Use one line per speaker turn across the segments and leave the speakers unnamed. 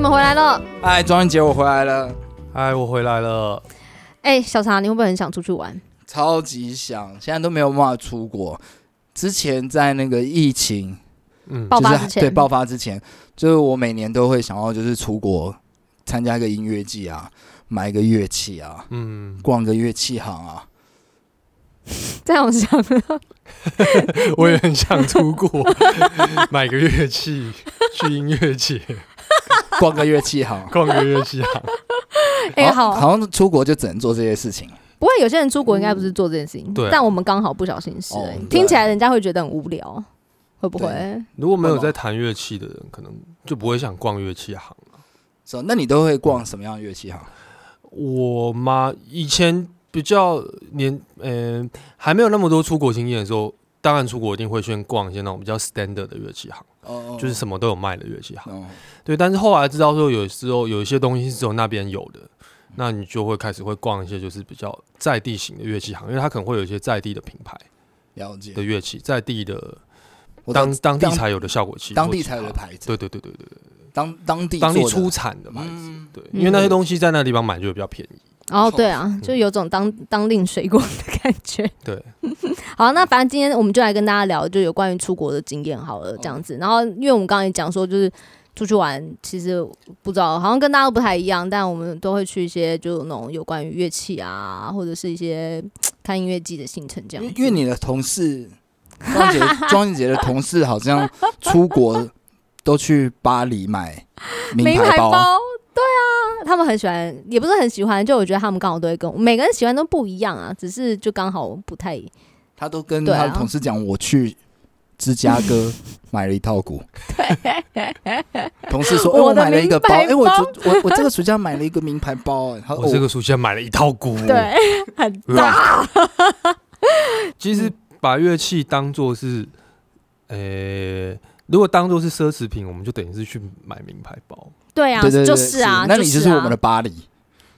们回来了。
哎，庄仁杰，我回来了，
哎，我回来了。
哎、小茶，你会不会很想出去玩？
超级想，现在都没有办法出国。之前在那个疫情
嗯，
爆发
就
之
是
前，
对爆发之前，就是我每年都会想要就是出国参加一个音乐季啊，买一个乐器啊，
嗯，
逛个乐器行啊。
这样想，
我也很想出国 买个乐器，去音乐节。
逛个乐器行
逛个乐器行。
哎、
好，
好，
好像出国就只能做这些事情。
不过有些人出国应该不是做这件事情，
对啊
但我们刚好不小心是、哎
嗯哦对
听起来人家会觉得很无聊，会不会
对？
如果没有
干嘛
在弹乐器的人，可能就不会想逛乐器行。
是吧那你都会逛什么样的乐器行？
我妈以前比较年，嗯、还没有那么多出国经验的时候，当然出国一定会先逛一些那种比较 standard 的乐器行，
哦
就是什么都有卖的乐器行。
哦，
对，但是后来知道说，有时候有一些东西是只有那边有的，那你就会开始会逛一些就是比较在地型的乐器行，因为它可能会有一些在地的品牌
了解
的。乐器，在地的
我
当
知
当地
当
才有的效果器或吉他，
当地才有的牌子，
对对对对对，
当当地
当地
做的
出产的牌子，
嗯
对，因为那些东西在那个地方买就会比较便宜。
哦，对啊，就有种当当令水果的感觉。
对，
好，那反正今天我们就来跟大家聊，就有关于出国的经验好了，这样
嗯
子。然后，因为我们刚才也讲说，就是出去玩，其实不知道，好像跟大家都不太一样，但我们都会去一些就那种有关于乐器啊，或者是一些嘖看音乐季的行程这
因为
样。
因为你的同事 庄姐庄姐的同事好像出国都去巴黎买名牌包，
包，对啊，他们很喜欢，也不是很喜欢，就我觉得他们刚好都会跟我每个人喜欢都不一样啊，只是就刚好不太
嗯她都跟
对啊
她的同事讲，我去芝加哥 买了一套股。同事说，哦，
我
我
的
买了一个包，
名牌
哎，我
包
昨我我这个暑假买了一个名牌包，哎，她
我
说
这
哦
个暑假买了一套鼓，
对， 很大。
哇， 其实把乐器当做是，呃、如果当做是奢侈品，我们就等于是去买名牌包。
对啊，
对对对，
就是啊，
那你就是是
啊
我们的巴黎，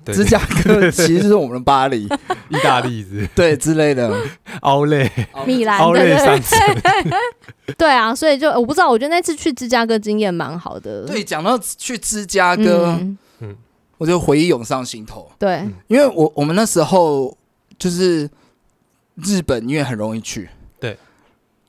对，
芝加 哥其实就是我们的巴黎，
意大利是
对之 类的。
奥 莱，
米兰，
奥
对
莱
对
商城，
对对啊，所以就我不知道，我觉得那次去芝加哥经验蛮好的。
对，讲到去芝加哥，啊嗯
嗯
我就回忆涌上心头，
对，
因为我我们那时候就是日本，因为很容易去，
对，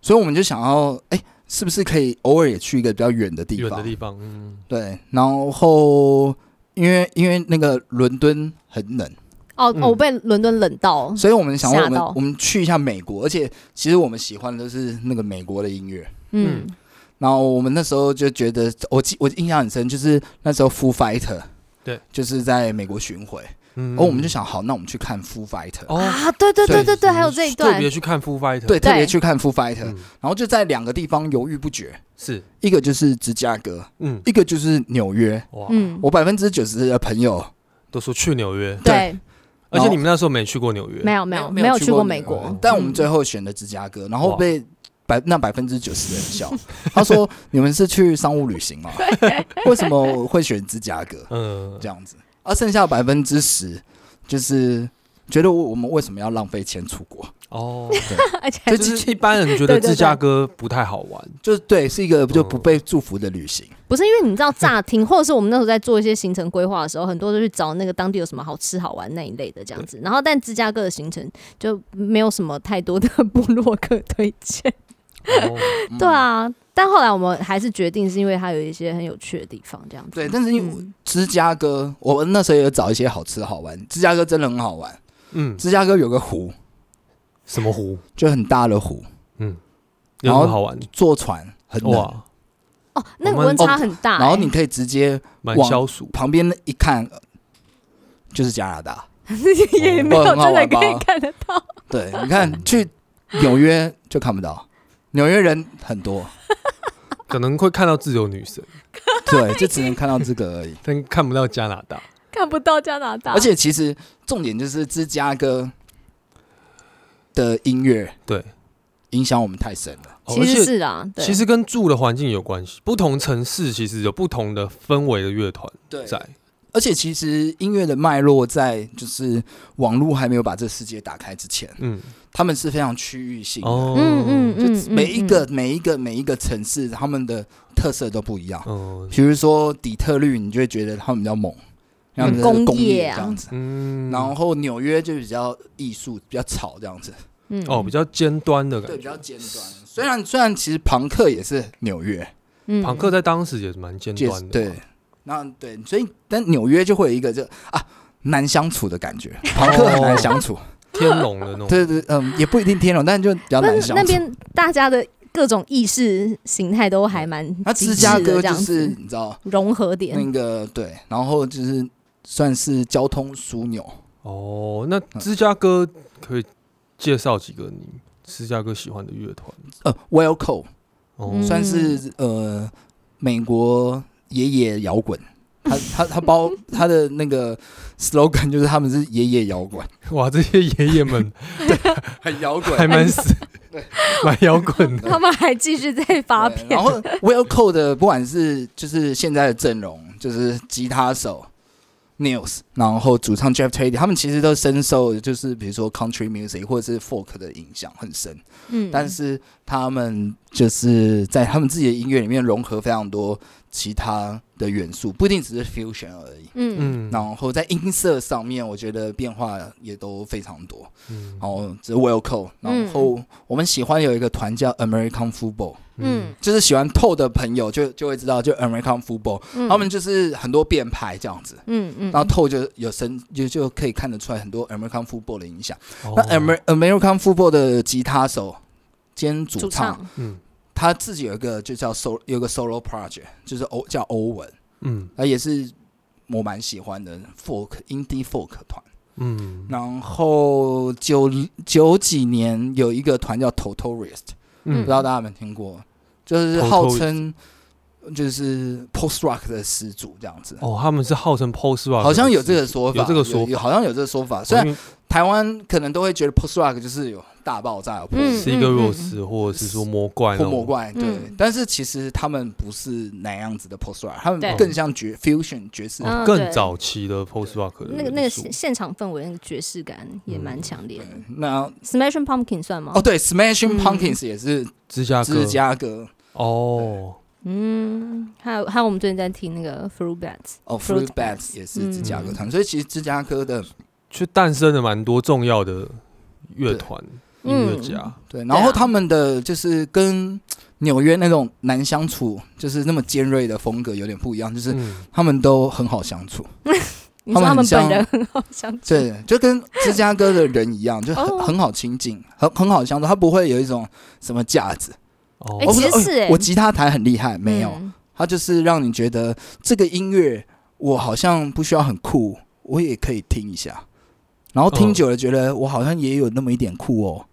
所以我们就想要，哎、是不是可以偶尔也去一个比较远的地
远
方？
的地方，嗯，
对，然后因为因为那个伦敦很冷，
哦，
嗯
哦我被伦敦冷到，
所以我们想说
嗯
我
吓
们
到
我们去一下美国，而且其实我们喜欢的都是那个美国的音乐。
嗯，
然后我们那时候就觉得，我记我印象很深，就是那时候 Foo Fighter，
对，
就是在美国巡回，
嗯
然哦后我们就，想，好，那我们去看 Foo Fighter，、
哦，
啊，对对对
所以
对对，还有这一
特
段
别，去看 Foo Fighter，
对，特别
对
去看 Foo Fighter，、
嗯，
然后就在两个地方犹豫不决，
是，
一个就是芝加哥，
嗯，
一个就是纽约。
哇，
嗯，
我百分之九十的朋友
都说去纽约，
对，
而且你们那时候没去过纽约，
哦没有没有有去美国，嗯
但我们最
后
后选的芝加哥，然后
哇
被百那百分之九十的人笑， 他说：“你们是去商务旅 行吗？为什么会选芝加哥
嗯，
这样子？”而剩下百分之十就是觉得我们为什么要浪费钱出国？
哦，
而且还
就是是一般人觉得
对对对
芝加哥不太好玩，
就是对，是一个就不被祝福的旅行。
不是因为你知道乍听，或者是我们那时候在做一些行程规划的时候，很多都去找那个当地有什么好吃好玩那一类的这样子。然后，但芝加哥的行程就没有什么太多的部落客推荐。
哦
嗯
对，啊，但后来我们还是决定，是因为它有一些很有趣的地方这样子。
对，但是因为
嗯
芝加哥，我那时候也找一些好吃好玩，芝加哥真的很好玩。
嗯，
芝加哥有个湖，
什么湖？
就很大的湖，
嗯有
然
什
后
么好玩？
坐船很冷，
哇，
哦，那个
我们
温差很大欸、
然后 你可以直接
蛮
往
消暑，
旁边一看，呃就是加拿大。
也没有
我很好
真的
玩吧
可以看得到。
对，你看 去纽约就看不到，纽约人很多，
可能会看到自由女神，
对，就只能看到这个 而已。
但看不到加拿大。
看不到加拿大，
而且其实重点就是芝加哥的音乐
对，
影响我们太深了。
哦
其
而
实
且
是啊，对
其实跟住的环境有关系，不同城市其实有不同的氛围的乐团
对
在。
而且其实音乐的脉络在就是网络还没有把这世界打开之前，
嗯，
他们是非常区域性的。
哦，
嗯嗯嗯
就
嗯，
每一
嗯
个、每一个每一个城市，他们的特色都不
嗯
一样。
哦，
比如说底特律，你就会觉得他们比较猛，他们的
工
工
业
业
啊
这样子。
嗯，
然后纽约就比较艺术，比较吵这样子，
嗯
哦，比较尖端的感
对，
觉
比。较尖端。
嗯
虽然虽然其实朋克也是纽约，
嗯
庞克在当时也是蛮尖
就
端的，
对，，那对，所以但纽约就会有一个就啊难相处的感觉，朋克很难相处。
天龙的那种，
对对，嗯，也不一定天龙，但就比较
但
难
是
相
那
处。
边大家的各种意识形态都还蛮
那
极致
芝加哥
的这
就
样
是
子
你知道
融合
那
点，
个对，然后就是算是交通枢纽。
哦，那芝加哥可以介绍几个你芝加哥喜欢的乐团？
呃 w e l c o
哦，
嗯
算是呃美国爷爷摇滚，他他他包他的那个 slogan 就是他们是爷爷摇 滚，
哇，这些爷爷 们
很摇 滚
还蛮死， 蛮摇滚的。
他们还继续在发
对
片，
然后 w e l c o 的不管是就是现在的阵容，就是吉他手 Nils，然后主唱 Jeff Tweedy，他们其实都深受就是比如说 country music 或者是 folk 的影响很深。
嗯，
但是他们就是在他们自己的音乐里面融合非常多其他的元素，不一定只是 fusion 而已。
嗯
嗯，
然后在音色上面，我觉得变化也都非常多。
嗯
然后这是 Wilco，然后我们喜欢有一个团叫 American Football，
嗯
就是喜欢透的朋友就就会知道，就 American Football，
嗯，
他们就是很多变拍这样子。
嗯嗯，
然后透就有深就就可以看得出来很多 American Football 的影响。
哦
那 Amer American Football 的吉他手兼
主
主唱
嗯
他自己有一个就叫 solo 有个 solo project，就是欧叫欧文，
嗯
他也是我蛮喜欢的 folk indie folk 团。
嗯
然后九九几年有一个团叫 Totorist，、不
嗯
知道大家有没有听过？就是号称就是 post rock 的始祖这样子，
哦，他们是号称 post rock，嗯
好像有这个说法，
有这个说
有
法
有好像有这个说法。虽然
因
嗯
为
台湾可能都会觉得 post rock 就是有大爆炸，有 post
是一个 rose 或者是说魔怪那
或
种
魔，怪，对。
嗯
但是其实他们不是那样子的 post rock，他
对
们更像爵 fusion 爵士。
嗯
哦更
对
早期的 post rock 的
那个那个
元素
现现场氛围、那个爵士感也蛮强烈
对
的。
那
Smashing Pumpkin 算吗
哦，？对，Smashing
哦嗯
Pumpkins 也是
芝加哥
芝加哥
哦，
嗯，还有还有我们最近在听那个 Fruit Bats，
哦
Fruit 嗯
，Fruit
Bats
Bats 也是芝加哥团，所以其实芝加哥的
就诞生了蛮多重要的乐团音
嗯
乐家，
对，
对
然
啊
后他们的就是跟纽约那种难相处，就是那么尖锐的风格有点不一样，就是
嗯
他们都很好相处，
你说
他
他们
们很
本
像
人很好相处，
对，就跟芝加哥的人一样，就很
哦
很好亲近，很很好相处，他不会有一种什么架子。
哦
哎
我不
其实是哎
我吉他弹很厉害，没有，
嗯
它就是让你觉得这个音乐我好像不需要很酷，我也可以听一下，然后
哦
听
嗯
久了觉得我好像也有那么一点酷哦，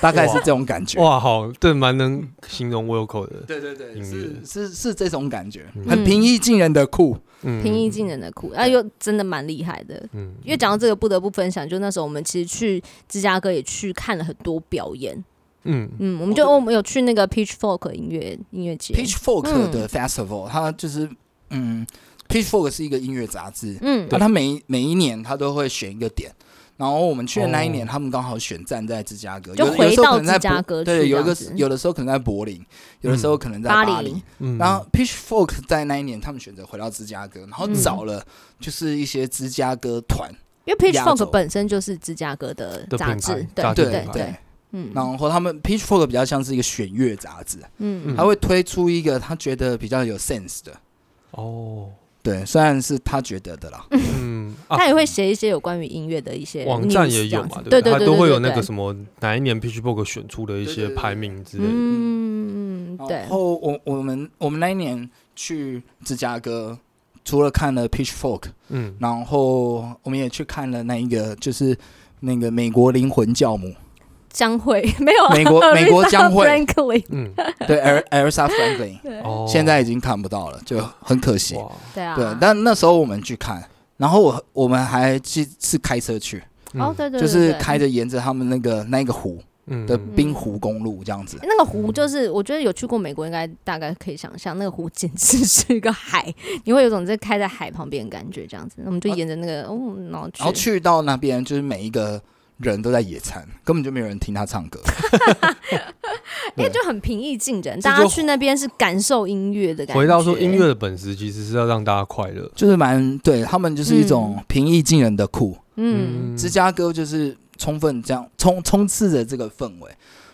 大概是
哇
这种感觉。
哇，好，对，蛮能形容 Wilco 的，
对对对
音乐
是是是这种感觉，
嗯
很平易近人的酷。
嗯
平易近，人的酷，啊，又真的蛮厉害的。
嗯
因为讲到这个，不得不分享，就那时候我们其实去芝加哥也去看了很多表演，
嗯
嗯，我们就、
哦对
我们有去那个 Pitchfork 音乐音乐节
Pitchfork
嗯
的 Festival，、它就是嗯，Pitchfork 是一个音乐杂志，啊
嗯
那、，它每每一年它都会选一个点。然后我们去的那一年，
哦
他们刚好选站在芝加哥，
就
有的有的时候
回到
可能在
芝加
柏
哥去
对，有一个
这样子
有的时候可能在柏林，有的时候可能在
巴
巴
黎
黎。
嗯，
然后 Pitchfork 在那一年，他们选择回到芝加哥，然后
嗯
找了就是一些芝加哥团，
因为 Pitchfork
洲
本身就是芝加哥的
的
杂
品
志
牌，
对
杂
对
志
对
品牌
对，嗯
然后他们 Pitchfork 比较像是一个选乐杂志，
嗯
嗯
他会推出一个他觉得比较有 sense 的，
哦，
对，虽然是他觉得的啦，
嗯啊
他。也会写一些有关于音乐的一些
网站
news
也
这
有
样
嘛，
子
对
对
不
对
它
对，
都
对
会有
对
那个
对
什么哪一年 Pitchfork 选出的一
对
些
对对
排名之类的，
嗯，
哦
对
然，后我我们我们那一年去芝加哥，除了看了 Pitchfork，
嗯，
然后我们也去看了那一个就是那个美国灵魂 教母，
将会 没有啊
美国
Aretha
美国将会
Franklin，
嗯，
对 e l s a Franklin，
哦，
现在已经看不到了，就很可惜。
哇，
对啊，
对，但那时候我们去看，然后我我们还去是开车去，
哦对对，对
就是
对
开着沿着他们那个那一个湖，
嗯
的滨湖公路这样子。
那个湖就是，我觉得有去过美国，应该大概可以想象，那个湖简直是一个海，你会有种在开在海旁边的感觉，这样子。那我们就沿着那个，哦，然后去，
然后去到那边，就是每一个人都在野餐，根本就没有人听他唱歌。
哎、就很平易近人，
这就
大家去那边是感受音乐的感觉。
回到说音乐，的本质其实是要让大家快乐。
就是蛮对他们就是一种平易近人的酷。
嗯，
芝加哥就是充分这样充充斥着这个氛围。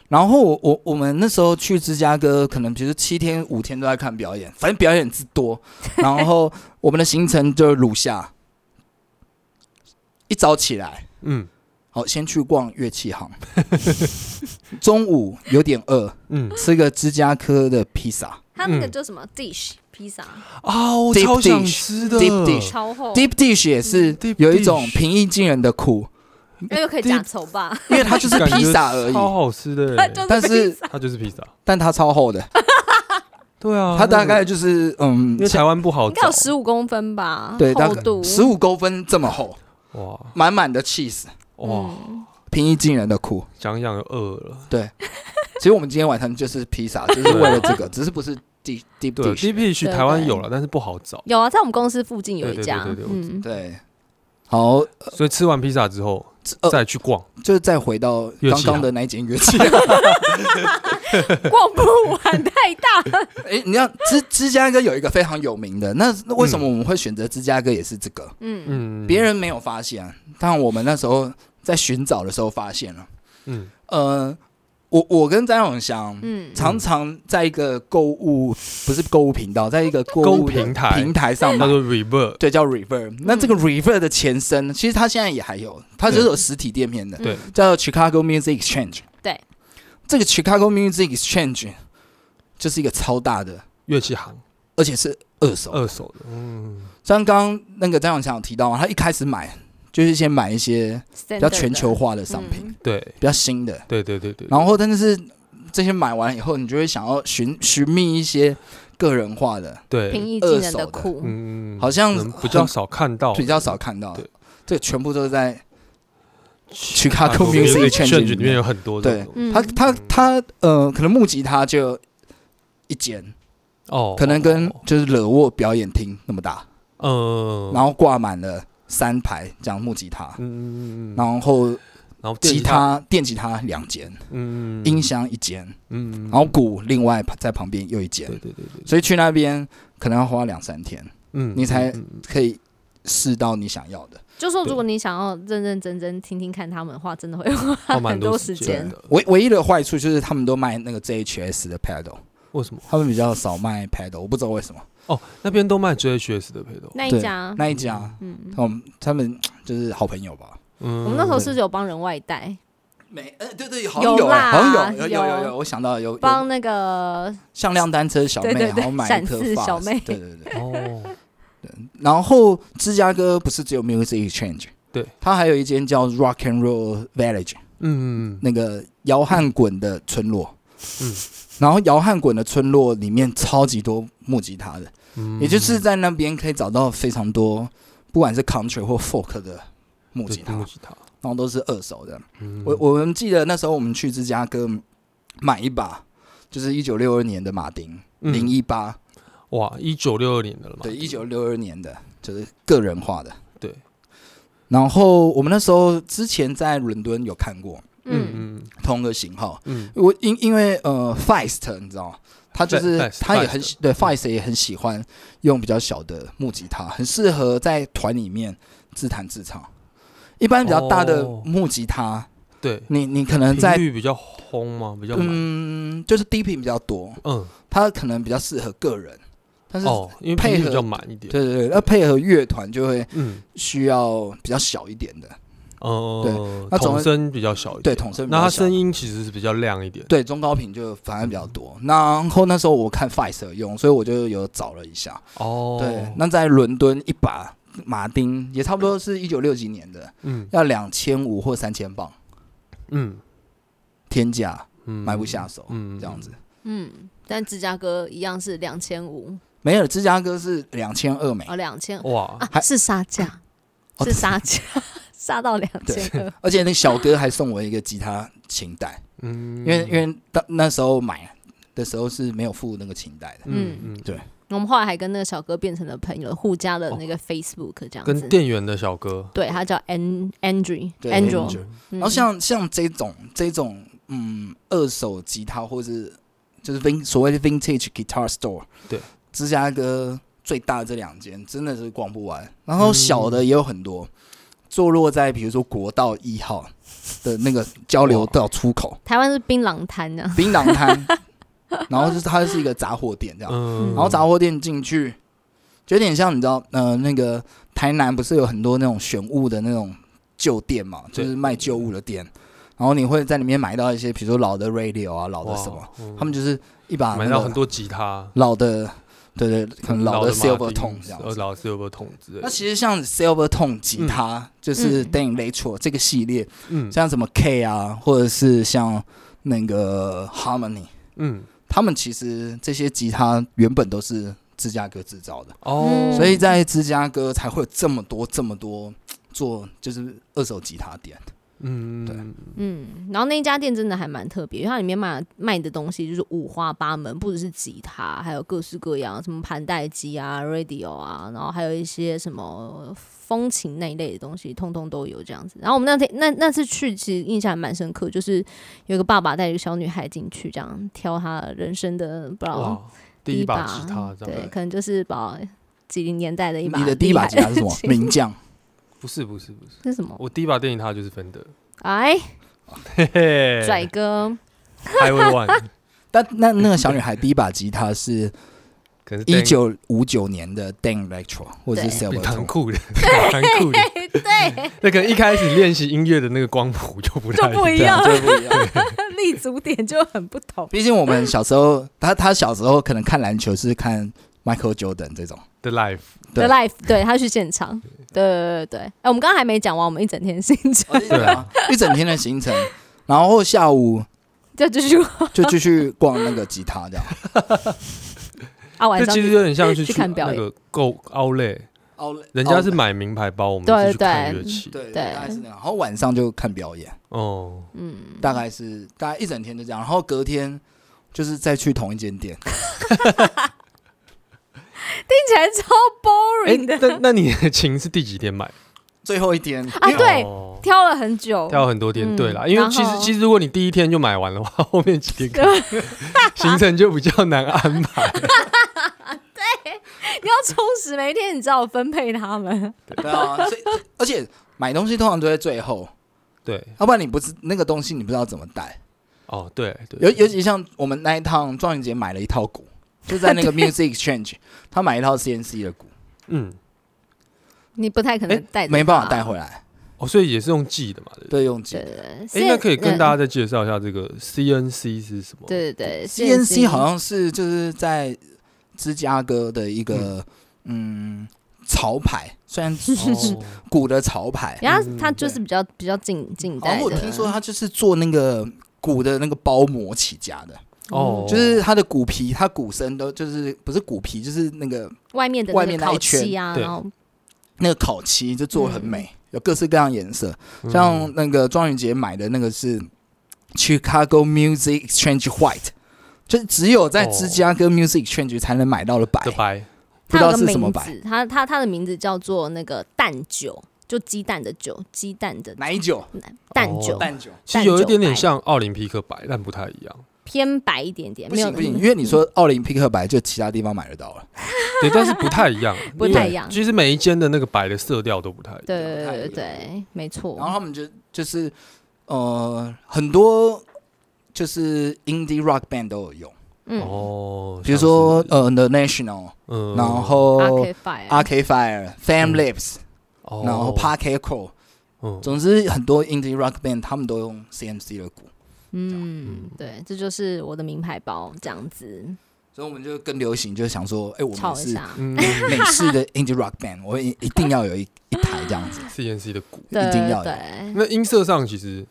然后我我我们那时候去芝加哥，可能比如说七天五天都在看表演，反正表演之 多。然后我们的行程就如下：一早起来，
嗯
好，先去逛乐器 行。中午有点饿，
嗯
吃个芝加哥的披萨
它那个叫什么 dish 披萨，
啊，我
Deep
超想
dish，
吃的
deep dish
超厚，
哦，deep dish 也是
嗯 Deep
有一种
dish
平易近人的 酷，
那又可以
，deep-
讲丑吧？
因为它就是
感觉
披萨而已，
超好吃的
它
欸，
就
但
披
是
萨，
它就是披萨。
但它超厚的，
对啊，
它大
那个
概就是嗯
因为，台湾不好
应该
找
有，十五公分吧，
对，大
厚
概
度
十五公分这么厚，
哇
满满的 cheese，
哇，
嗯
平易近人的酷。
想想就饿了。
其实我们今天晚上就是披 萨，就是为了这个，只是不是 deep deep
对
dish。
，DP 去
对
台湾
对
有了，但是不好找，
有啊，在我们公司附近有一
对对
家，
对对对我
嗯，
对，好，
所以吃完披萨之后
呃
再去逛。
就再回到
乐器
刚
行
刚的那一间乐器。啊
啊
逛不完，太大了，
哎、你知道芝芝加哥有一个非常有名的，那那为什么我们会选择芝加哥也是这个？
嗯，
嗯，
别人没有发现，但我们那时候在寻找的时候发现了。
嗯
呃，我我跟张永祥。
嗯，
常常在一个购物不是购物频道，在一个购
购
物
物
的
平台
平台上
叫
面，
啊
做 Reverb，
对，叫 Reverb。那
嗯
这个 Reverb 的前身，其实它现在也还有，它就是有实体店面的，
嗯
对
叫做 Chicago Music Exchange。
对，
这个 Chicago Music Exchange 就是一个超大的，
乐器行
而且是二手
二手的，嗯，
像刚刚那个张永强有提到嘛，他一开始买就是先买一些比
比
较全球化的商品，
对
比较新的，
对对对对，
然后但是这些买完以后，你就会想要寻寻觅一些个人化的，
平
对，
易近人
二手的
酷，
嗯，
好像
可能比较
很
少看到，
比较少看到
哦对。
这个全部都是在
去
Chicago Music Exchange
里面有很多这种
嗯
他他他呃，可能募集他就一间，
哦，
可能跟就是惹沃表演厅那么大，
呃，
然后挂满了三排这样木吉他，
嗯嗯嗯，嗯
然后
然后电
吉他电吉他两间，
嗯，嗯
音箱一间，
嗯，
然后鼓另外在旁边又一间
对，对对对，
所以去那边可能要花两三天，
嗯
你才
嗯嗯
可以试到你想要的。
就说如果你想要认认真真听听看他们的话，真的会花
花蛮
多
多
时
时
间
间。
的唯唯一的坏处就是他们都卖那个 JHS 的 pedal，
为什么？
他们比较少卖 pedal，我不知道为什么
哦，那边都卖 JHS 的哦配头，
那一
对
家，
那一家，
嗯，
嗯，他们就是好朋友吧。
嗯，
我们那时候是不是有帮人外带，
没，呃，对对，好像有，
有啦
好像有，有有
有
有有，我想到有有
帮那个
向量单车小妹，
对对对
然后买一
闪
颗
四
Fox，
小妹
对对对。
哦，
然后芝加哥不是只有 Music Exchange，
对，
它还有一间叫 Rock and Roll Village，
嗯，
那个摇汉滚的村落。
嗯，
然后摇汉滚的村落里面超级多木吉他的，
嗯
也就是在那边可以找到非常多，不管是 country 或 folk 的木吉他，
嗯木吉他，
然后都是二手的。
嗯
我我们记得那时候我们去芝加哥买一把，就是一九六二年的马丁
嗯
零一八，
哇，一九六二年的了嘛，
对，一九六二年的，就是个人化的。
对，
然后我们那时候之前在伦敦有看过
嗯，
嗯嗯
同个型号，
嗯
我因因为呃 Feist 你知道吗？他就是
Feist，
他也很
Feist
喜对 Feist 也很喜欢用比较小的木吉他，很适合在团里面自弹自唱。一般比较大的
哦
木吉他，
对，
你你可能
频
在
率比较轰嘛，比较满
嗯，就是低频比较多，
嗯
它可能比较适合个人，但是、
哦，因为
配
频率
合
比较满一点，
对对对，那配合乐团就会
嗯
需要比较小一点的，
呃，
那总
筒声比较小一
对，
点，
筒声比
啊那
较
它
小
声。音其实是比较亮一点，
对中高频就反而比较多，然后那时候我看 Fiser 用，所以我就有找了一下。
哦，
对，那在伦敦一把马丁也差不多是一九六几年的，
嗯
要两千五或三千磅
嗯
天价，
嗯，
买不下手，
嗯，嗯
这样子。。
嗯，但芝加哥一样是两千五，
没有，芝加哥是两千二美，
啊
哦，两千
哇，
啊，
还
是杀价，
哦
是杀价，杀到两千二，
而且那小哥还送我一个吉他琴带，
嗯，
因为因为当那时候买的时候是没有附那个清单的，
嗯嗯，
我们后来还跟那个小哥变成了朋友，互加了
哦
那个 Facebook 这样
跟
子。
店员的小哥，
对他叫 An Andrew
对
Andrew，
Andrew
嗯
然后像像这种这种嗯二手吉他或是就是 vin 所谓的 vintage guitar store，
对，
芝加哥最大的这两间真的是逛不完，然后小的也有很多，坐落在比如说国道一号的那个交流道出口，
台湾是槟榔摊啊呢、
槟榔摊，然后就是它是一个杂货店这样，
嗯，
然后杂货店进去。就有点像你知道，呃，那个台南不是有很多那种选物的那种旧店嘛，就
对
是卖旧物的店，然后你会在里面买到一些，比如说老的 radio 啊，老的
哇
什么，
嗯
他们就是一把
买
那
到
个
很多吉他，
老的，对对，可能老的
马丁
silver tone 这样
呃，
子。
老的 silver 桶之类
那
的，
其实像 silver tone 吉他，就是
嗯
Dan Latro 这个系列，
嗯
像什么 K 啊，或者是像那个 Harmony，
嗯，
他们其实这些吉他原本都是芝加哥制造的。
哦，
所以在芝加哥才会有这么多这么多做就是二手吉他店。
嗯，
对
嗯，然后那一家店真的还蛮特别，因为它里面卖卖的东西就是五花八门，不只是吉他，还有各式各样什么盘带机啊、radio 啊，然后还有一些什么风琴那一类的东西，通通都有这样子。然后我们那天那那次去，其实印象还蛮深刻，就是有一个爸爸带一个小女孩进去，这样挑她人生的不知道
哇，第一把吉他这样，
对，可能就是把几零年代的一把
你的第一把吉他是什 么？
厉害的
名将。
不是不是不是，
是什么？
我第一把电吉他就是芬德，
哎，
嘿嘿，
拽哥，
Highway One，
但那那个小女孩第一把吉他是
可能是
一九五九年的 Dan Lectro 或者是
对
Silver
很
Tone。
酷的， 很酷的，
对，
那可能一开始练习音乐的那个光谱就不
就
太
不一
对啊，
样，
就是不一样。
立足点就很不同。
毕竟我们小时候，他他小时候可能看篮球是看 Michael Jordan 这种，
的 life，
The
对
Life，对他去现场，对对对对。哎、我们刚刚还没讲完，我们一整天行程
对啊，一整天的行程，然后下午
就继 续
就继续逛那个吉他这样。
啊，晚
这
上
其实有点像是
去
去
看表
那
演
个购 Outlet，
哦，
人家是买名牌包，我们
对
是去看
对
乐器，
对，
对
大概是那样。然后晚上就看表演。
哦，
嗯，
大概是大概一整天就这样，然后隔天就是再去同一间店。
听起来超
哎
boring 的、
那那你的琴是第几天买？
最后一天，
啊，对，
哦
挑了很久，
要很多天，对啦，因
然
为
后
其实其实如果你第一天就买完的话， 后面几天可能 行程就比较难安排。
你要充实每一天，你知道我分配他们，
对啊，所以 而且买东西通常都在最后，
对，
要不然你不是那个东西你不知道怎么带。
哦，对
尤
对，
尤其像我们那一趟庄云杰买了一套鼓，就在 那个 Music Exchange，他买一套 CNC 的鼓，
嗯，
你不太可能
哎
带、
没办法带。回来，
哦，所以也是用记的嘛。对不对
对，用
啊对
机。
对对，
哎，那可以跟大家
家
再介绍一下这个 CNC 是什么？，
嗯对对对
CNC 好像是就是在芝加哥的一个嗯潮牌，虽然是
哦，
鼓的潮牌，
然后
嗯
他就是比较比较近近
然
代
后
的，
我听说他就是做那个鼓的那个包膜起家的，
哦
就是他的鼓皮，他鼓身都就是不是鼓皮，就是那个
外面的
外
那
面
个
那一
烤漆
圈
啊，
对
然后
那个烤漆就做
嗯
得很美，有各式各样颜色。
嗯
像那个庄宇杰买的那个是 Chicago Music Exchange White，就是只有在
哦
芝加哥 Music Exchange 才能买到的白
的。白，
不
它
知
有
道
个
是什么
名
白
字，它它它的名字叫做那个蛋酒，就鸡蛋的酒，鸡蛋的
奶酒，
蛋
哦
酒，
蛋酒
其实有一点点像奥林匹克白，但不太一样。
偏白一点点，
不
没有，
行不行，因为你说奥林匹克白就其他地方买得到了，
对，但是不太一样
不太一样
因为其实每一间的那个白的色调都不太一样。
对
不
对
太哦
对
一
对
样
对，没
然后
错。
他们就就是呃很多就是 indie rock band 都有用，
嗯
哦，
比如说
像是，
呃 The National，
嗯
然后
，RK Fire，
Arcade Fire、Fam
嗯
Lips，、
哦
然后 Park Echo，
嗯。
总之很多 indie rock band 他们都用 CMC 的鼓，
嗯，对，这就是我的名牌包这样子，
所以我们就更流行，就想说，哎、我
炒
们
一
是
下
嗯
美式的 indie rock band，我一一定要有一一台这样子，
，CNC 的鼓。
对
一定要有
对，
那音色上其实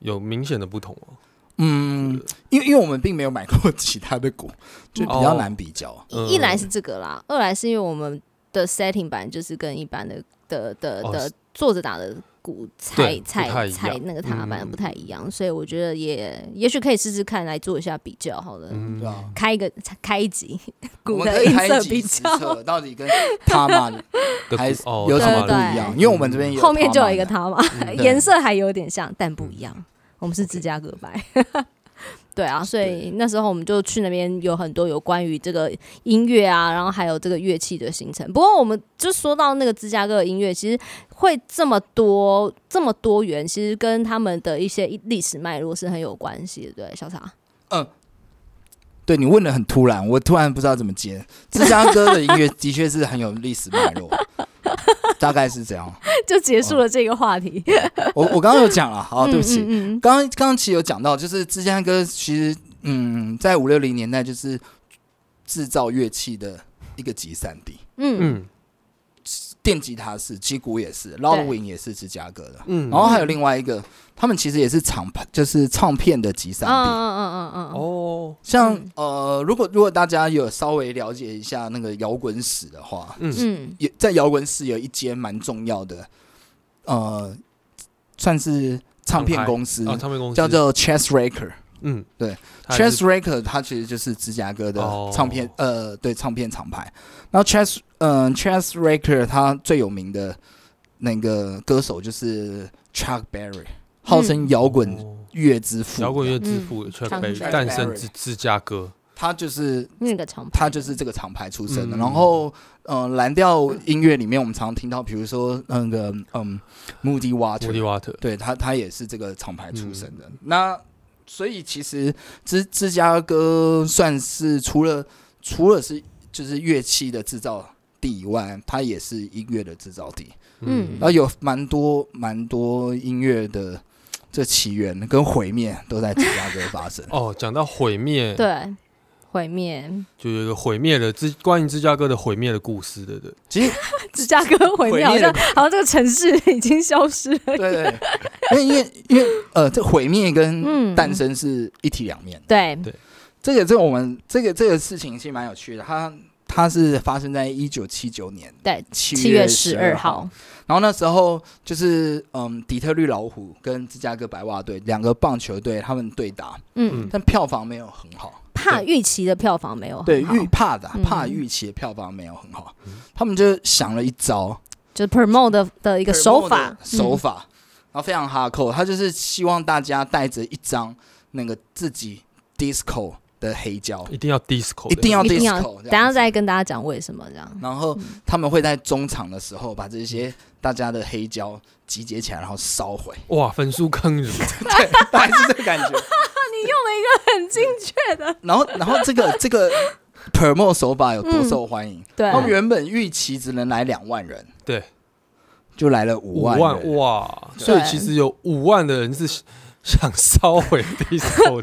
有明显的不同哦。
嗯，因为因为我们并没有买过 其他的鼓，就比
哦
较难比较。
一一来是这个啦，二来是因为我们的 setting 版就是跟一般的的的
哦
的坐着打的鼓踩
对不太
踩
一样
踩那个踏板
嗯
不太一样，所以我觉得也也许可以试试看来做一下比较好了。
嗯
对啊，
开一个开一集
我
鼓
们
的
可以
音
开
色
一集
比
实
较，
测到底跟他妈的
的
还
故哦，
有什
他
么
妈
不
对
的
对
一样？因为我们这边也有
后面就
他妈
有一个
的
他嘛，
嗯
对
颜色还有点像，但不一样。我们是芝加哥白， 对啊，所以那时候我们就去那边有很多有关于这个音乐啊，然后还有这个乐器的行程。不过我们就说到那个芝加哥的音乐，其实会这么多这么多元，其实跟他们的一些历史脉络是很有关系的，对不对，小茶。
对你问的很突然，我突然不知道怎么接。芝加哥的音乐的确是很有历史脉络，大概是这样。
就结束了这个话题。
我我刚刚有讲了，好，哦对不起，
嗯嗯
刚刚刚刚其实有讲到，就是芝加哥其实嗯，在五六零年代就是制造乐器的一个集散地，
嗯嗯
嗯
电吉他是，击鼓也是，Loudwing 也是芝加哥的。
嗯，
然后还有另外一个，他们其实也是厂牌，就是唱片的集散
嗯
地。
嗯嗯嗯，
哦，
像、
嗯
呃，如果如果大家有稍微了解一下那个摇滚史的话，
嗯
嗯
也在摇滚史有一间蛮重要的，呃，算是唱片公司，
啊，唱片公司
嗯叫做 Chess Record。
嗯
对
它也
Chess
是
Record 它其实就是芝加哥的
哦
唱片，呃，对，唱片厂牌。然后 Chess，嗯、c h e s s Record 它最有名的那个歌手就是 Chuck Berry，号称摇滚
哦
乐之父。
摇滚乐之父
嗯
Chuck
Chuck
Berry
Berry
诞生自芝加哥，
他就是
那个厂牌，
他就是这个厂牌出身的。
嗯
然后，呃，蓝调音乐里面我们常听到，比如说那个嗯，Moody
莫迪
Water，
瓦特，。
对他他也是这个厂牌出身的。那所以其实芝芝加哥算是除了除了是就是乐器的制造地以外，它也是音乐的制造地。
嗯
然后有蛮多蛮多音乐的这起源跟毁灭都在芝加哥发生
哦，讲到毁灭，
对毁灭
就有一个毁灭的芝关于芝加哥的毁灭的故事，对不对？
其实
芝加哥毁灭，好像
毁灭
好像这个城市已经消失 了。
对对，对因为因为因为呃，这毁灭跟
嗯
诞生是一体两面。
对，
这个这个我们这个这个事情其实蛮有趣的，它它是发生在一九七九年
对，
七
七月
十
十
二
二
号
号。，
然后那时候就是嗯，底特律老虎跟芝加哥白袜队两个棒球队他们对打，
嗯，
但票房没有很好，
怕预期的票房没有很
对
好
预怕的啊
嗯
怕预期的票房没有很好，他们就想了一招
就是 promote 的的一
一
个手法，嗯
手
法，
法，然后非常哈扣，他就是希望大家带着一张那个自己 disco 的黑胶，
一定要 disco，
一定要
一定要
disco，这样子
等一下再跟大家讲为什么这样。
然后他们会在中场的时候把这些大家的黑胶集结起来，然后烧 毁，
哇，焚书坑儒，
对，大概是这个感 觉。
你用了一个很精确的，
然后，然后这个这个 promo 手法有多受欢迎？
嗯对
他，们原本预期只能来两万人，
对，
就来了
五
五万
万
人。
哇，
对
所以其实有五万的人是想烧毁 disco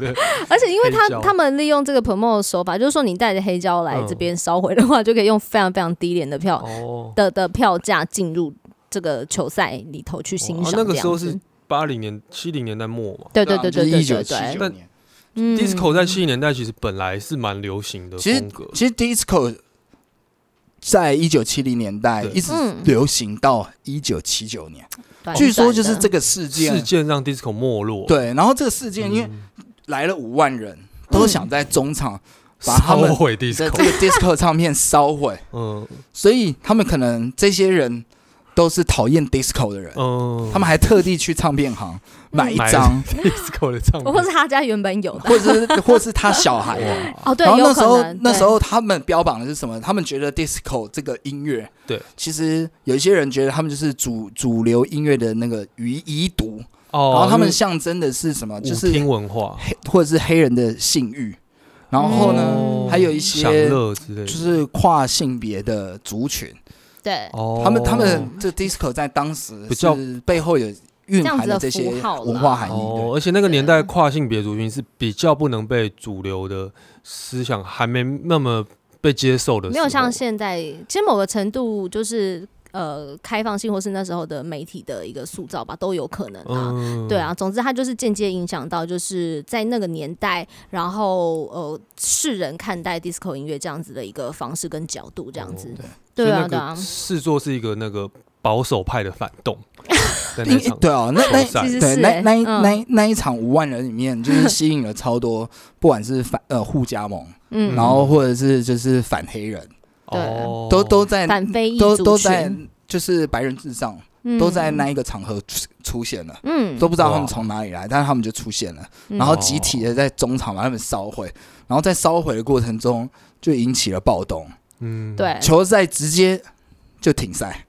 的，
而且因为
黑
他
胶
他们利用这个 promote 的手法，就是说你带着黑胶来
嗯
这边烧毁的话，就可以用非常非常低廉的票
哦，
的的票价进入这个球赛里头去欣
哇
赏。
啊哦那个
这样
时候
子
是啊八零年、七零年代末嘛。
对对对对
一
对
九
对
七
对
九年。
嗯
disco 在七零年代其实本来是蛮流行的
其实
风格，
其实 disco 在一九七零年代
对
一直
嗯
流行到一九七九年，
短
据说
短
就是
的
这个事
事
件。
件让 disco 没落，
对，然后这个事件
嗯，
因为来了五万人，都想在中场把他
烧
们
毁
在这
嗯 disco，
个 disco 唱片烧 毁，
嗯
所以他们可能这些人都是讨厌 disco 的人，
嗯，
他们还特地去唱片行买一
买
张，
disco 的唱
或
片，
是他家原本有的
或者是或是他小 孩。
哦，对，
然后
有
那时候
可能
那时
对
候他们标榜的是什么？他们觉得 disco 这个音乐，
对，
其实有一些人觉得他们就是主主流音乐的那个余遗毒，
哦，
然后他
因
们
为
象征的是什么？啊就
舞
是
厅文化，
黑或者是黑人的性欲，然后呢，
哦
还有一些
享乐之类的，
就是跨性别的族群，
对
哦，
他们他们这 disco 在当时
比较
是背后有
这
蕴
样
含
子
的
的
这些
符号啦
文化含义。
哦，
对
而且那个年代跨性别族群是比较不能被主流的思想还没那么被接受的时候，
没有像现在，其实某个程度就是呃开放性，或是那时候的媒体的一个塑造吧，都有可能啊。
嗯
对，啊，总之它就是间接影响到，就是在那个年代，然后呃，世人看待 disco 音乐这样子的一个方式跟角度，这样子
哦。
对
所以
啊，
那
对
个
啊，
视作是一个那个保守派的反动，在那
因
场
对啊，那那
球赛
其实
对
是
那
欸
那一
嗯
那一那一场五万人里面，就是 吸引了超多，不管是反呃互加盟，
嗯，
然后或者是就是反黑人，
对
哦，
都都在
反非裔
都
族
都
群
在就是白人至上，
嗯
都在那一个场合出出现了。
嗯
都不知道他们
哇
从哪里来，但是他们就出现了，
嗯
然后集体的在中场把他们烧毁，然后在烧毁的过程中就引起了暴动，
嗯，
对
球赛直接就停赛，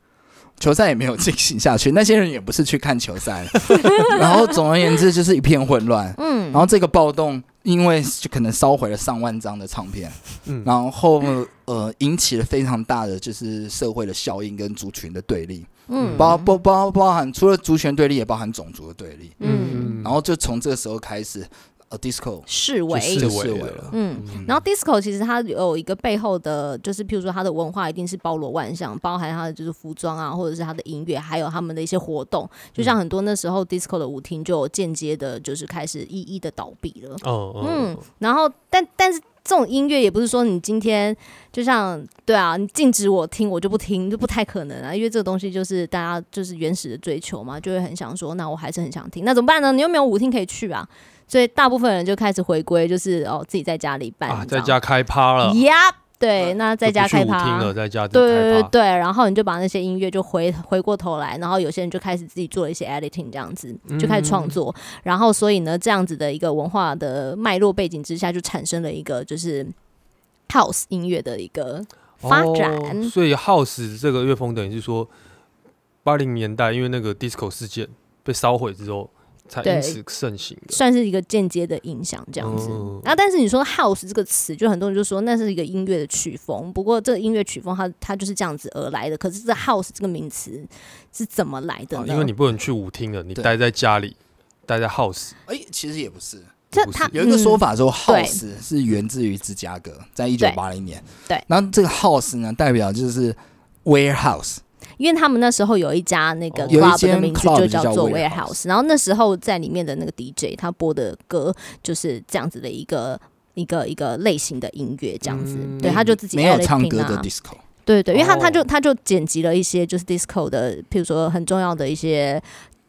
球赛也没有进行下 去，那些人也不是去看球赛， 然后总而言之就是一片混乱。
嗯
然后这个暴动，因为就可能烧毁了上万张的唱片，
嗯
然后呃引起了非常大的就是社会的效应跟族群的对立，
嗯
包包包包含除了族群对立，也包含种族的对立。
嗯
然后就从这个时候开始，呃，disco
视
就
为
是
就
视为
视为
了
了。
嗯。
嗯
然后 disco 其实它有一个背后的，就是譬如说它的文化一定是包罗万象，包含它的就是服装啊，或者是它的音乐，还有他们的一些活动。就像很多那时候 disco 的舞厅就有间接的，就是开始一一的倒闭了。
哦
嗯
哦，，
然后但但是这种音乐也不是说你今天就像对啊，你禁止我听我就不听，就不太可能啊，因为这个东西就是大家就是原始的追求嘛，就会很想说，那我还是很想听，那怎么办呢？你又没有舞厅可以去啊，所以大部分人就开始回归，就是哦自己在家里办，
啊，在家开趴了，
呀对，那在
就
家
不去
开
舞厅
趴
了，。在家自己
对对
开
对
趴，
对，然后你就把那些音乐就回回过头来，然后有些人就开始自己做了一些 editing，这样子就开始
嗯
创作。然后所以呢，这样子的一个文化的脉络背景之下，就产生了一个就是 house 音乐的一个发展。
哦所以 House 这个乐风等于是说，八零年代因为那个 Disco 事件被烧毁之后，才
对
因此盛行的。
算是啊一个间接的影响，这样子。
嗯
然后，但是你说 house 这个词，就很多人就说那是一个音乐的曲风。不过，这个音乐曲风它它就是这样子而来的。可是，这 house 这个名词是怎么来的
哦
呢？
啊因为你不能去舞厅了，你
对
待在家里，待在 House。
哎，其实也不是，
这
不是
它
有一个
嗯
说法说
对
house 是源自于芝加哥，在一九
对
八零年。
对
然后这个 house 呢，代表就是 warehouse，
因为他们那时候有一家那个
哦
有一
club 的
间
名字
club
就
就
叫
叫
做
Warehouse
Warehouse，然后那时候在里面的那个 DJ 他播的歌就是这样子的一个。一个一个类型的音乐这样子，
嗯
对，他就自己
没
a
有
d
唱
i
歌的
啊，
disco。
对对，因为他
哦
他就他就剪辑了一些就是 disco 的，譬如说很重要的一些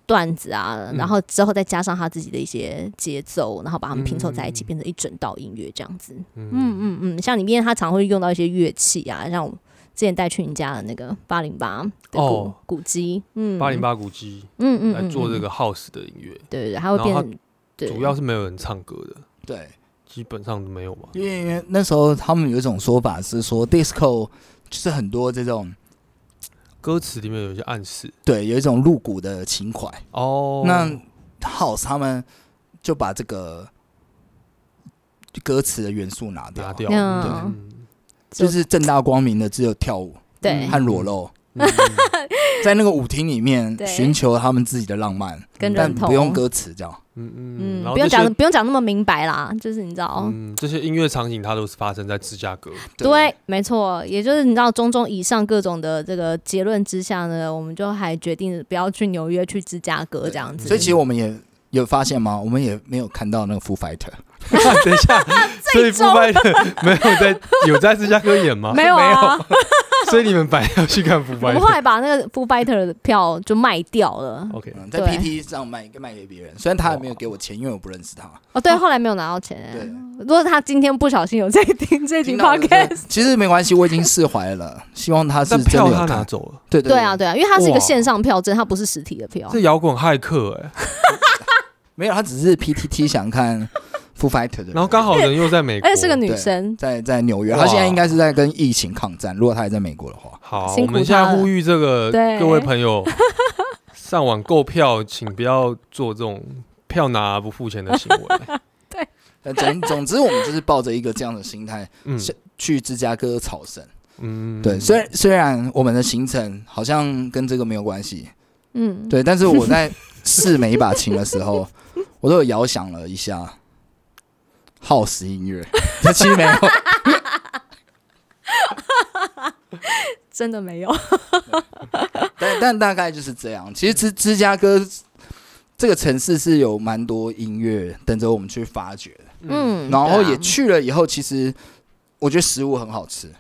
段子啊，
嗯
然后之后再加上他自己的一些节奏，然后把它们拼凑在一起，
嗯
变成一整道音乐这样子。嗯
嗯，
嗯嗯，像里面他常会用到一些乐器啊，像我之前带去你家的那个八零八的古、
哦
古机，嗯，
八零，八古迹
嗯嗯，
来
嗯
做这，个 House 的音乐，
嗯对对对，它会
然后
变，对，
主要是没有人唱歌的，
对，
基本上都没有
嗯
嘛。
因为因为那时候他们有一种说法是说 disco 就是很多这种
歌词里面有一些暗示
对有一种露骨的情怀。
哦。
那 house 他们就把这个歌词的元素拿掉，
拿掉，
嗯
就是正大光明的只有跳舞
对
嗯
和裸露。
对，嗯
在那个舞厅里面
对
寻求他们自己的浪漫，
跟
但
认同，
不用，歌词这样。
嗯嗯
嗯
嗯，然，后
不用
这
讲
些
得不用讲那么明白啦，就是你知道。
嗯，这些音乐场景它都是发生在芝加哥。
对，没错，也就是你知道，种种以上各种的这个结论之下呢，我们就还决定不要去纽约，去芝加哥
对
这样子。
所以其实我们也有发现吗？我们也没有看到那个 Foo Fighter，
等一 下，所以不
终
拍的 没有在有在芝加哥演吗？
没有啊，
所以你们本来要去看 不
我
拍
们后来把那个 Foo Fighter 的票就卖掉了。
OK，
嗯在
对
PT 上卖卖给别人，虽然他还没有给我钱，因为我不认识他。
哦，对，后来没有拿到钱。
对，
如果他今天不小心有在嗯听 这集
听到的时候
podcast，
其实没关系，我已经释怀了。希望他是
但
真的
票
有
他
看
拿走了，
对对
对啊，，对啊，因为它是一个
哇
线上票证，它不是实体的票。
这摇滚骇客哎、
没有，他只是 PTT 想看 Foo Fighter 的人，
然后刚好人又在美国，
而且哎是个女生，
在在纽约，
哇
他现在应该是在跟疫情抗战。如果他还在美国的话，
好，
辛
我
苦
们现
她
在
了
呼吁这个
对
各位 朋友，上网购票，请不要做这种票拿不付钱的行 为。
但总总之我们就是抱着一个这样的心态
嗯
是去芝加哥朝圣。
嗯，
对，虽然虽然我们的行程好像跟这个没有关系，
嗯，
对，但是我在试每一把琴的时候，我都有遥想了一下 house 音乐， 但其实没有，
真的没有。
但但大概就是这样。其实芝芝加哥这个城市是有蛮多音乐等着我们去发掘的，
嗯，
然后
对啊
也去了以后，其实我觉得食物很好吃，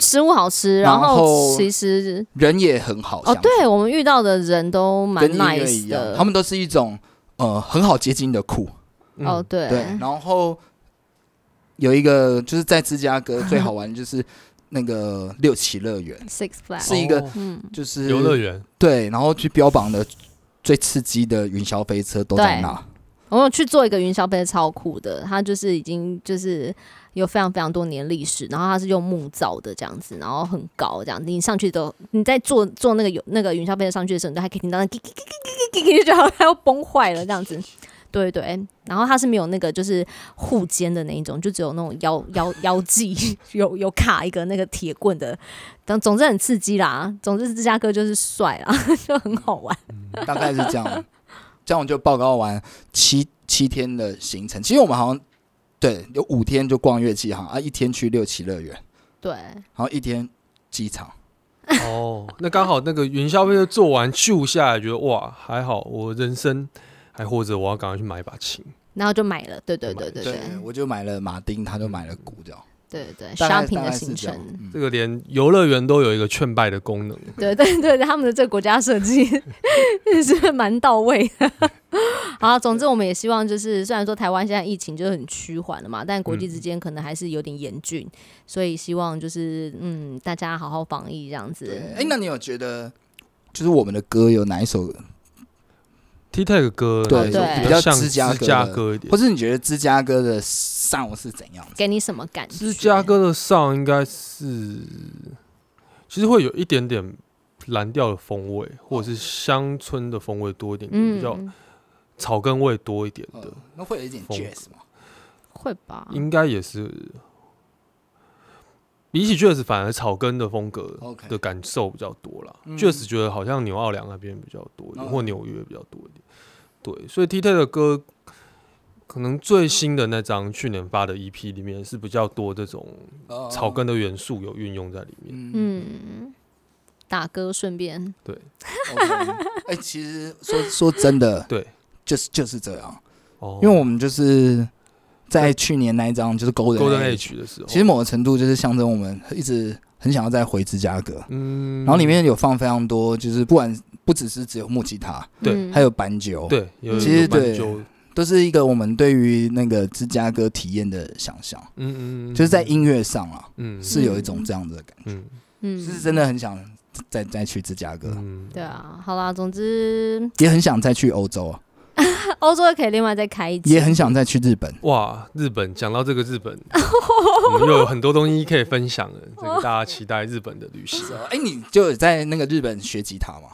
食物好吃，
然
然后
后
其实
人也很好
哦，
相处
对我们遇到的人都蛮
跟音乐一
nice
样，
的
他，们都是一种呃很好接近的酷，
嗯
哦，对，
对，然后有一个就是在芝加哥最好玩的就是那个六旗乐园，
Six Flags，
是一个
哦
嗯，
就是
游乐园，
对，然后去标榜的最刺激的云霄飞车都在
对
那，
我有去做一个云霄飞车超酷的，它就是已经就是有非常非常多年历史，然后它是用木造的这样子，然后很高这样，你上去都你在坐坐那个有那个云霄飞车上去的时候，你都还可以听到那叽叽叽叽叽叽叽，就觉得它要崩坏了这样 子。对对，然后它是没有那个就是护肩的那一种，就只有那种腰腰腰际有有卡一个那个铁棍的，总总之很刺激啦。总之芝加哥就是帅啦， 就很好玩。
大概是 这样。这样我就报告完七七天的行程，其实我们好像对有五天就逛乐器行啊，一天去六旗乐园，
对，
然后一天机场。
哦，那刚好那个云霄飞车做完救下来，觉得哇还好，我人生还活着，我要赶快去买一把琴。
然后就买了，对对对对对。
我就买了马丁，他就买了鼓，这样。
对对
大概
，shopping
大
的
概是
行
这样
程，
嗯
这个连游乐园都有一个劝败的功能。
对对对，他们的这个国家设计 也是蛮到位的。好，总之我们也希望，就是虽然说台湾现在疫情就很趋缓了嘛，但国
嗯
际之间可能还是有点严峻，所以希望就是嗯，大家好好防疫这样子
对，。哎、那你有觉得就是我们的歌有哪一首，
T Tag 的歌
对
那种
对
比较像
比较芝加哥的
芝加哥一点
或。是你觉得芝加哥的 sound 是怎样？
给你什么感觉？
芝加哥的上应该是，其实会有一点点蓝调的风味，或者是乡村的风味多一点，比较
嗯，
草根味多一点的
嗯，，那会有一点
风
jazz 吗？
会吧？
嗯
应该也是。比起爵士，反而草根的风格
OK 哦
的感受比较多啦
哎嗯。
爵士觉得好像纽奥良那边比较多一点，
嗯
或纽约比较多一点。对，所以 T T 的歌，可能最新的那张去年发的 EP 里面是比较多这种
呃
草根的元素有运用在里面。
嗯，
嗯，打歌顺便
对，
OK 哎、其实说 说真的，
对，
就是就是这样，
哦，
因为我们就是在去年那一张就是 Golden
Golden
Age，
Age 的时候，
哎其实某个程度就是象征我们一直很想要再回芝加哥。
嗯，
然后里面有放非常多，就是不管不只是只有木吉他，
对
嗯
还有板酒，，
对，有
其实
有蛮
对
久
都是一个我们对于那个芝加哥体验的想象，
嗯嗯，
就是在
嗯
音乐上啊，
嗯
是有一种这样子的感
嗯
嗯
觉，是真的很想再再去芝加哥，
嗯
对啊，好啦，总之
也很想再去欧洲啊，
欧洲可以另外再开一集，
也很想再去日本。
哇，日本讲到这个日本，我们又有很多东西可以分享了，这个大家期待日本的 旅行。
哎，你就有在那个日本学吉他吗？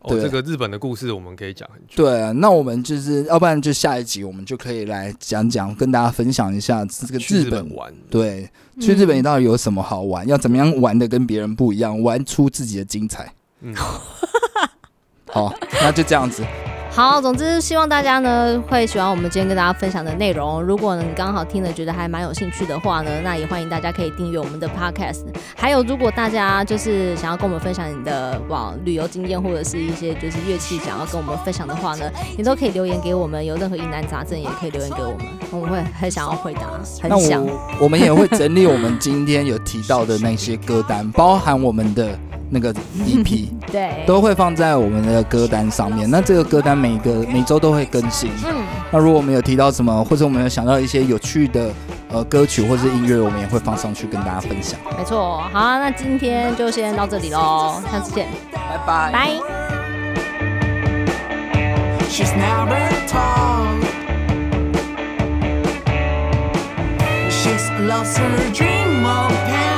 哦，
对
这个日本的故事我们可以讲很久。
对啊，那我们就是，要不然就下一集我们就可以来讲讲，跟大家分享一下这个
去
日本。
玩，
对，
嗯
去日本到底有什么好玩？要怎么样玩的跟别人不一样，玩出自己的精彩。
嗯，
好，那就这样子。
好，总之希望大家呢会喜欢我们今天跟大家分享的内容。如果呢你刚好听了觉得还蛮有兴趣的话呢，那也欢迎大家可以订阅我们的 podcast。还有，如果大家就是想要跟我们分享你的哇旅游经验，或者是一些就是乐器想要跟我们分享的话呢，你都可以留言给我们。有任何疑难杂症也可以留言给我们，我们会很想要回答，
那
很想。
我我们也会整理我们今天有提到的那些歌单，包含我们的那个 E EP，
对，
都会放在我们的歌单上面。那这个歌单每个每周都会更新。
嗯，
那如果我们有提到什么，或者我们有想到一些有趣的呃歌曲或是音乐，我们也会放上去跟大家分享。
没错。好啊，那今天就先到这里喽，下次见，
拜拜。
拜。
She's now and tall. She loves her dream of pen.